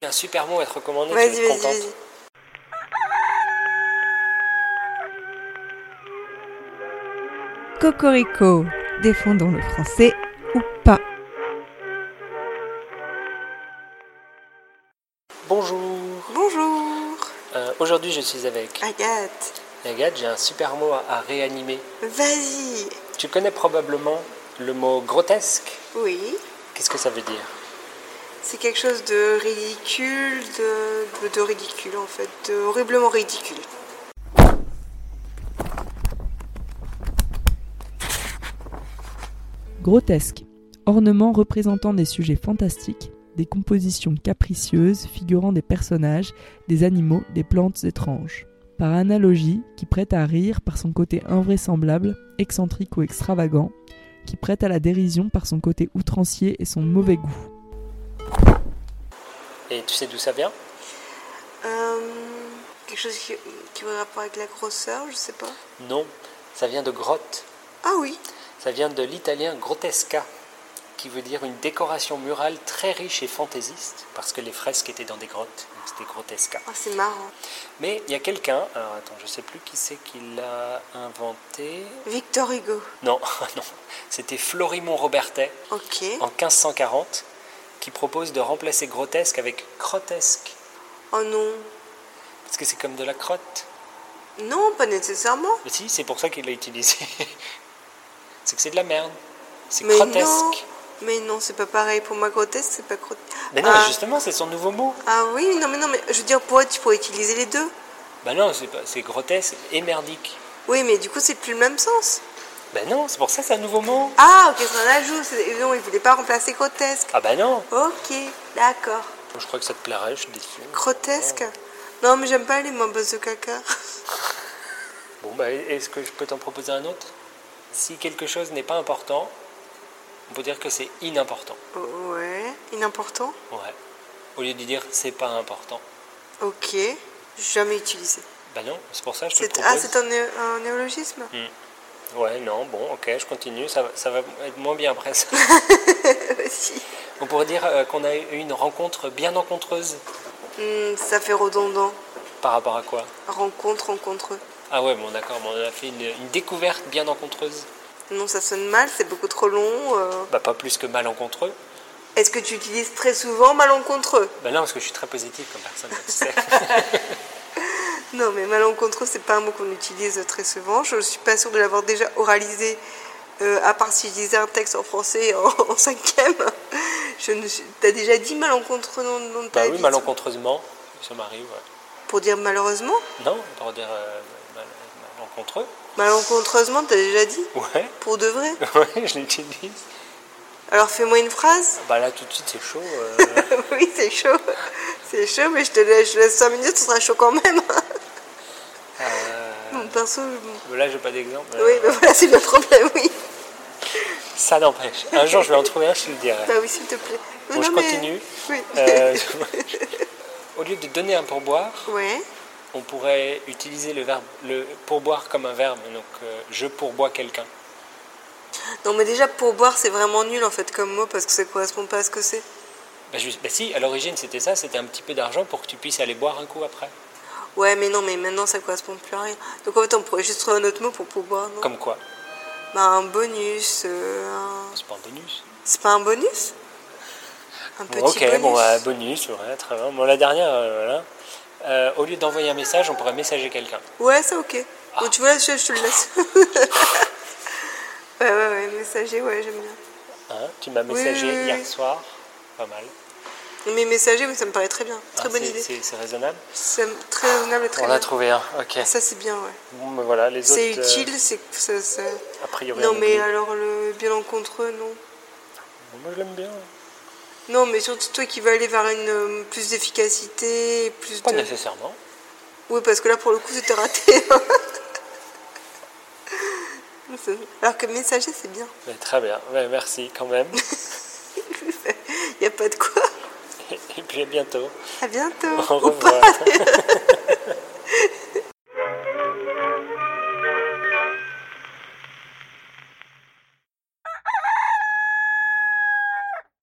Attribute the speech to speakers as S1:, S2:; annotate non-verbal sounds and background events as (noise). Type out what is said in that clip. S1: Un super mot à te recommander. tu vas
S2: Vas-y,
S1: être
S2: vas-y,
S1: contente.
S2: vas-y.
S3: Cocorico, défendons le français ou pas.
S1: Bonjour.
S2: Bonjour,
S1: Euh, Aujourd'hui, je suis avec
S2: Agathe.
S1: Agathe. J'ai un super mot à, à réanimer.
S2: Vas-y.
S1: Tu connais probablement le mot grotesque.
S2: Oui,
S1: Qu'est-ce que ça veut dire
S2: c'est quelque chose de ridicule, de, de, de ridicule en fait, de horriblement ridicule.
S4: Grotesque, ornement représentant des sujets fantastiques, des compositions capricieuses figurant des personnages, des animaux, des plantes étranges. Par analogie, qui prête à rire par son côté invraisemblable, excentrique ou extravagant, qui prête à la dérision par son côté outrancier et son mauvais goût.
S1: Et tu sais d'où ça vient
S2: Euh, quelque chose qui, qui aurait rapport avec la grosseur, je sais pas.
S1: Non, ça vient de grotte.
S2: Ah oui,
S1: Ça vient de l'italien grotesca, qui veut dire une décoration murale très riche et fantaisiste, parce que les fresques étaient dans des grottes, donc c'était grotesca.
S2: Ah, c'est marrant.
S1: Mais il y a quelqu'un, alors attends, je sais plus qui c'est qui l'a inventé.
S2: Victor Hugo.
S1: Non, (laughs) non, c'était Florimond Robertet
S2: Ok.
S1: en 1540, qui propose de remplacer grotesque avec crotesque,
S2: Oh non.
S1: parce que c'est comme de la crotte.
S2: Non, pas nécessairement.
S1: Mais si, c'est pour ça qu'il l'a utilisé. (laughs) c'est que c'est de la merde. C'est
S2: Mais
S1: grotesque.
S2: non. Mais non, c'est pas pareil. Pour moi, grotesque, c'est pas grotesque.
S1: Mais non,
S2: ah,
S1: justement, c'est son nouveau mot.
S2: ah oui, non, mais non, mais je veux dire, pour être, tu pourrais utiliser les deux.
S1: Ben non, c'est pas- c'est grotesque et merdique.
S2: Oui, mais du coup, c'est plus le même sens.
S1: Ben non, c'est pour ça que c'est un nouveau mot.
S2: Ah, ok, c'est un ajout. c'est- Non, il voulait pas remplacer grotesque.
S1: Ah ben non.
S2: Ok, d'accord.
S1: Je crois que ça te plairait, je suis déçu.
S2: Grotesque Non, mais j'aime pas les mots boss de caca. (laughs)
S1: Bon, ben est-ce que je peux t'en proposer un autre Si quelque chose n'est pas important, on peut dire que c'est inimportant.
S2: Ouais, inimportant.
S1: Ouais. Au lieu de dire c'est pas important.
S2: Ok, jamais utilisé.
S1: Ben non, c'est pour ça que je te le
S2: C'est-
S1: propose.
S2: Ah, c'est un, né- un néologisme
S1: Ouais, non, bon, ok, je continue. Ça, va- ça va être moins bien après
S2: (laughs)
S1: ça. Mm.
S2: Vas-y.
S1: on pourrait dire euh, qu'on a eu une rencontre bien rencontreuse.
S2: Hmm, ça fait redondant.
S1: Par rapport à quoi
S2: Rencontre, rencontre.
S1: Ah ouais, bon d'accord, bon, on a fait une, une découverte bien rencontreuse.
S2: Non, ça sonne mal, c'est beaucoup trop long. euh.
S1: Bah pas plus que malencontreux.
S2: Est-ce que tu utilises très souvent malencontreux
S1: Bah non, parce que je suis très positif comme personne, tu
S2: (laughs)
S1: sais.
S2: Non, mais malencontreux, c'est pas un mot qu'on utilise très souvent. Je suis pas sûre de l'avoir déjà oralisé, euh, à part si je disais un texte en français en, (laughs) en cinquième. Je ne suis- T'as déjà dit malencontreux dans, dans ta
S1: bah
S2: vie
S1: oui, malencontreusement, ça m'arrive. ouais.
S2: Pour dire malheureusement
S1: Non, pour dire euh, mal- malencontreux.
S2: Malencontreusement, t'as déjà dit
S1: Ouais, (laughs)
S2: Pour de vrai
S1: ouais, je l'utilise.
S2: Alors fais-moi une phrase. (laughs)
S1: Bah là, tout de suite, c'est chaud. euh.
S2: oui, c'est chaud. C'est chaud, mais je te laisse, je laisse 5 minutes, ce sera chaud quand même. (laughs)
S1: Euh,
S2: Mon perso, je-
S1: là, j'ai pas d'exemple.
S2: oui, bah mais voilà, c'est le problème, oui.
S1: Ça n'empêche. Un jour, je vais en trouver un, je te le dirai.
S2: Bah oui, s'il te plaît. Mais
S1: Bon, je
S2: non, mais-
S1: continue.
S2: Oui.
S1: Euh, Au lieu de donner un pourboire,
S2: (laughs) Ouais.
S1: on pourrait utiliser le verbe le pourboire comme un verbe. Donc, euh, je pourbois quelqu'un.
S2: Non, mais déjà, pour boire, c'est vraiment nul en fait comme mot parce que ça correspond pas à ce que c'est.
S1: Bah, je- bah si, à l'origine c'était ça, c'était un petit peu d'argent pour que tu puisses aller boire un coup après.
S2: Ouais, mais non, mais maintenant ça correspond plus à rien. Donc en fait, on pourrait juste trouver un autre mot pour pourboire, non
S1: Comme quoi
S2: Bah, un bonus. euh, un-
S1: C'est pas un bonus.
S2: C'est pas un bonus Un petit
S1: Bon, ok,
S2: bonus.
S1: bon, bah, bonus, ouais, très bien. Bon, la dernière, euh, voilà. Euh, au lieu d'envoyer un message, on pourrait messager quelqu'un.
S2: Ouais, ça, ok.
S1: Ah.
S2: Bon, tu vois, je, je te le laisse. (laughs) ouais, ouais, ouais, messager, ouais, j'aime bien.
S1: Hein, tu m'as messagé
S2: oui, oui,
S1: hier
S2: oui.
S1: soir, pas mal.
S2: Mais messager, oui, ça me paraît très bien. Très
S1: Hein,
S2: bonne
S1: c'est-
S2: idée.
S1: C'est c'est raisonnable.
S2: C'est très raisonnable et très
S1: on
S2: bien.
S1: a trouvé un, ok.
S2: Ça, c'est bien, ouais.
S1: Bon, bah, voilà, les autres.
S2: C'est
S1: euh,
S2: utile, c'est. ça- ça-
S1: a priori,
S2: Non,
S1: on
S2: mais
S1: oublie.
S2: alors le biencontreux, non.
S1: Bon, moi, je l'aime bien.
S2: Non, mais surtout toi qui veux aller vers une euh, plus d'efficacité, et plus
S1: Pas
S2: de.
S1: nécessairement.
S2: Oui, parce que là pour le coup c'était raté. (laughs) Alors que messager c'est bien, (laughs)
S1: Mais très bien, Ouais, merci quand (laughs) même.
S2: il n'y a pas de quoi.
S1: Et puis à bientôt.
S2: À bientôt.
S1: Au
S2: Ou pas.
S1: revoir.